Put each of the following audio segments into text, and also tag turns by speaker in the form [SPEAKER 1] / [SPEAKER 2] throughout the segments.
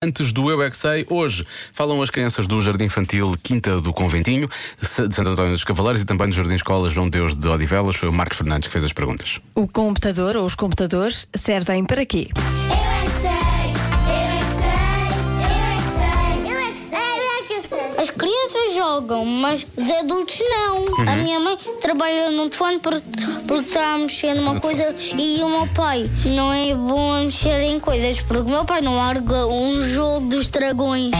[SPEAKER 1] Antes do Eu é que Sei, hoje falam as crianças do Jardim Infantil Quinta do Conventinho, de Santo António dos Cavaleiros e também do Jardim Escola João Deus de Odivelas. Foi o Marcos Fernandes que fez as perguntas.
[SPEAKER 2] O computador ou os computadores servem para quê?
[SPEAKER 3] Eu é que sei, eu é que sei, eu é que sei, eu é que sei, eu é que sei.
[SPEAKER 4] As crianças jogam, mas os adultos não. A minha mãe trabalha no telefone por- porque está a mexer numa coisa e o meu pai não é bom a mexer em coisas porque o meu pai não larga um jogo dos dragões.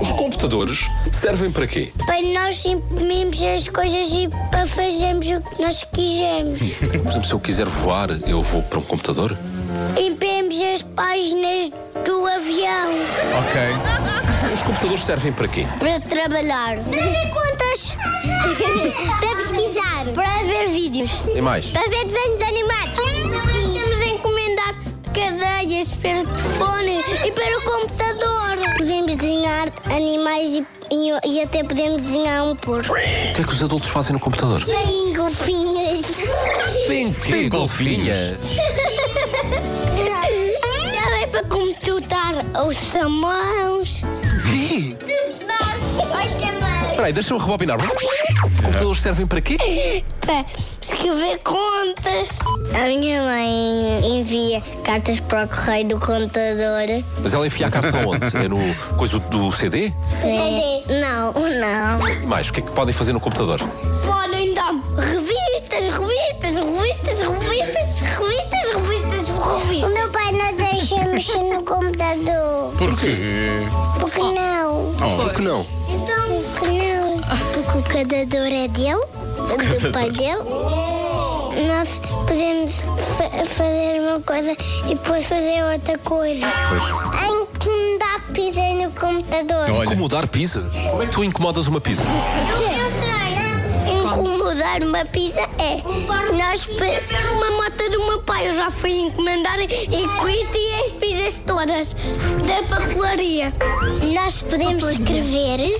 [SPEAKER 5] Os computadores servem para quê?
[SPEAKER 4] Para nós imprimimos as coisas e para fazermos o que nós quisermos.
[SPEAKER 5] Por exemplo, se eu quiser voar, eu vou para um computador?
[SPEAKER 4] imprimimos as páginas do avião.
[SPEAKER 1] Ok.
[SPEAKER 5] Os computadores servem para quê?
[SPEAKER 4] Para trabalhar. Para ver contas. para pesquisar. Para ver vídeos.
[SPEAKER 5] E mais?
[SPEAKER 4] Para ver desenhos animados. Podemos encomendar cadeias para o telefone e para o computador. Podemos desenhar animais e, e- e até podemos desenhar um porco.
[SPEAKER 5] O que é que os adultos fazem no computador?
[SPEAKER 4] Tem golfinhas.
[SPEAKER 1] Tem
[SPEAKER 5] Tem quê?
[SPEAKER 1] golfinhas.
[SPEAKER 4] Já vem para computar os tamanhos.
[SPEAKER 5] Quê?
[SPEAKER 4] Os tamanhos.
[SPEAKER 5] Espera aí, deixa-me rebobinar. Os computadores servem para quê?
[SPEAKER 4] para escrever contas. A minha mãe envia cartas para o correio do computador.
[SPEAKER 5] Mas ela enfia a carta onde? É no coisa do CD?
[SPEAKER 4] CD? É, Não, não.
[SPEAKER 5] E mais, o que é que podem fazer no computador?
[SPEAKER 4] Podem dar revistas, revistas, revistas, revistas, revistas, revistas, revistas. O meu pai não deixa mexer no computador.
[SPEAKER 1] Porquê?
[SPEAKER 4] Porque não?
[SPEAKER 5] Por que não?
[SPEAKER 4] Então, porque não? Porque o computador é dele, do pai dele. Nós podemos fa- fazer uma coisa e depois fazer outra coisa. Encomendar pizza no computador.
[SPEAKER 5] Então.
[SPEAKER 1] Olha.
[SPEAKER 5] Incomodar pizza? Como é que tu incomodas uma pizza?
[SPEAKER 4] Eu sei. né? Incomodar uma pizza é. Nós per uma moto do meu pai. Eu já fui encomendar e curti as pizzas todas da papelaria. Nós podemos escrever.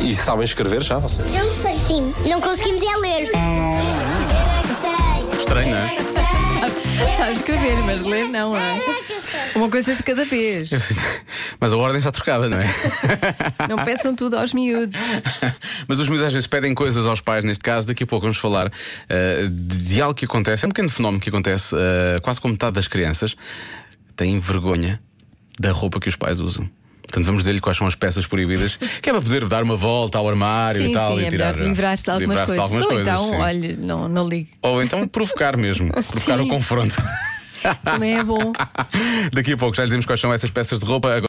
[SPEAKER 5] E sabem escrever já? vocês?
[SPEAKER 4] Eu sei. Sim, não conseguimos é ler.
[SPEAKER 1] Estranho, não é?
[SPEAKER 2] Sabe escrever, mas ler não é. Uma coisa de cada vez.
[SPEAKER 1] Mas a ordem está trocada, não é?
[SPEAKER 2] Não peçam tudo aos miúdos.
[SPEAKER 1] Mas os miúdos às vezes pedem coisas aos pais, neste caso, daqui a pouco vamos falar eh, de de algo que acontece, é um pequeno fenómeno que acontece, eh, quase com metade das crianças têm vergonha da roupa que os pais usam. Portanto, vamos dizer-lhe quais são as peças proibidas, que é para poder dar uma volta ao armário
[SPEAKER 2] sim,
[SPEAKER 1] e tal
[SPEAKER 2] sim,
[SPEAKER 1] e
[SPEAKER 2] é
[SPEAKER 1] tirar. eh,
[SPEAKER 2] melhor livrar-se de algumas
[SPEAKER 1] livrar-se
[SPEAKER 2] coisas.
[SPEAKER 1] algumas
[SPEAKER 2] Ou
[SPEAKER 1] coisas,
[SPEAKER 2] então,
[SPEAKER 1] sim.
[SPEAKER 2] olha, não, não ligue.
[SPEAKER 1] Ou então provocar mesmo, provocar
[SPEAKER 2] Sim.
[SPEAKER 1] o confronto.
[SPEAKER 2] Também é bom.
[SPEAKER 1] Daqui a pouco já lhe dizemos quais são essas peças de roupa. Agora-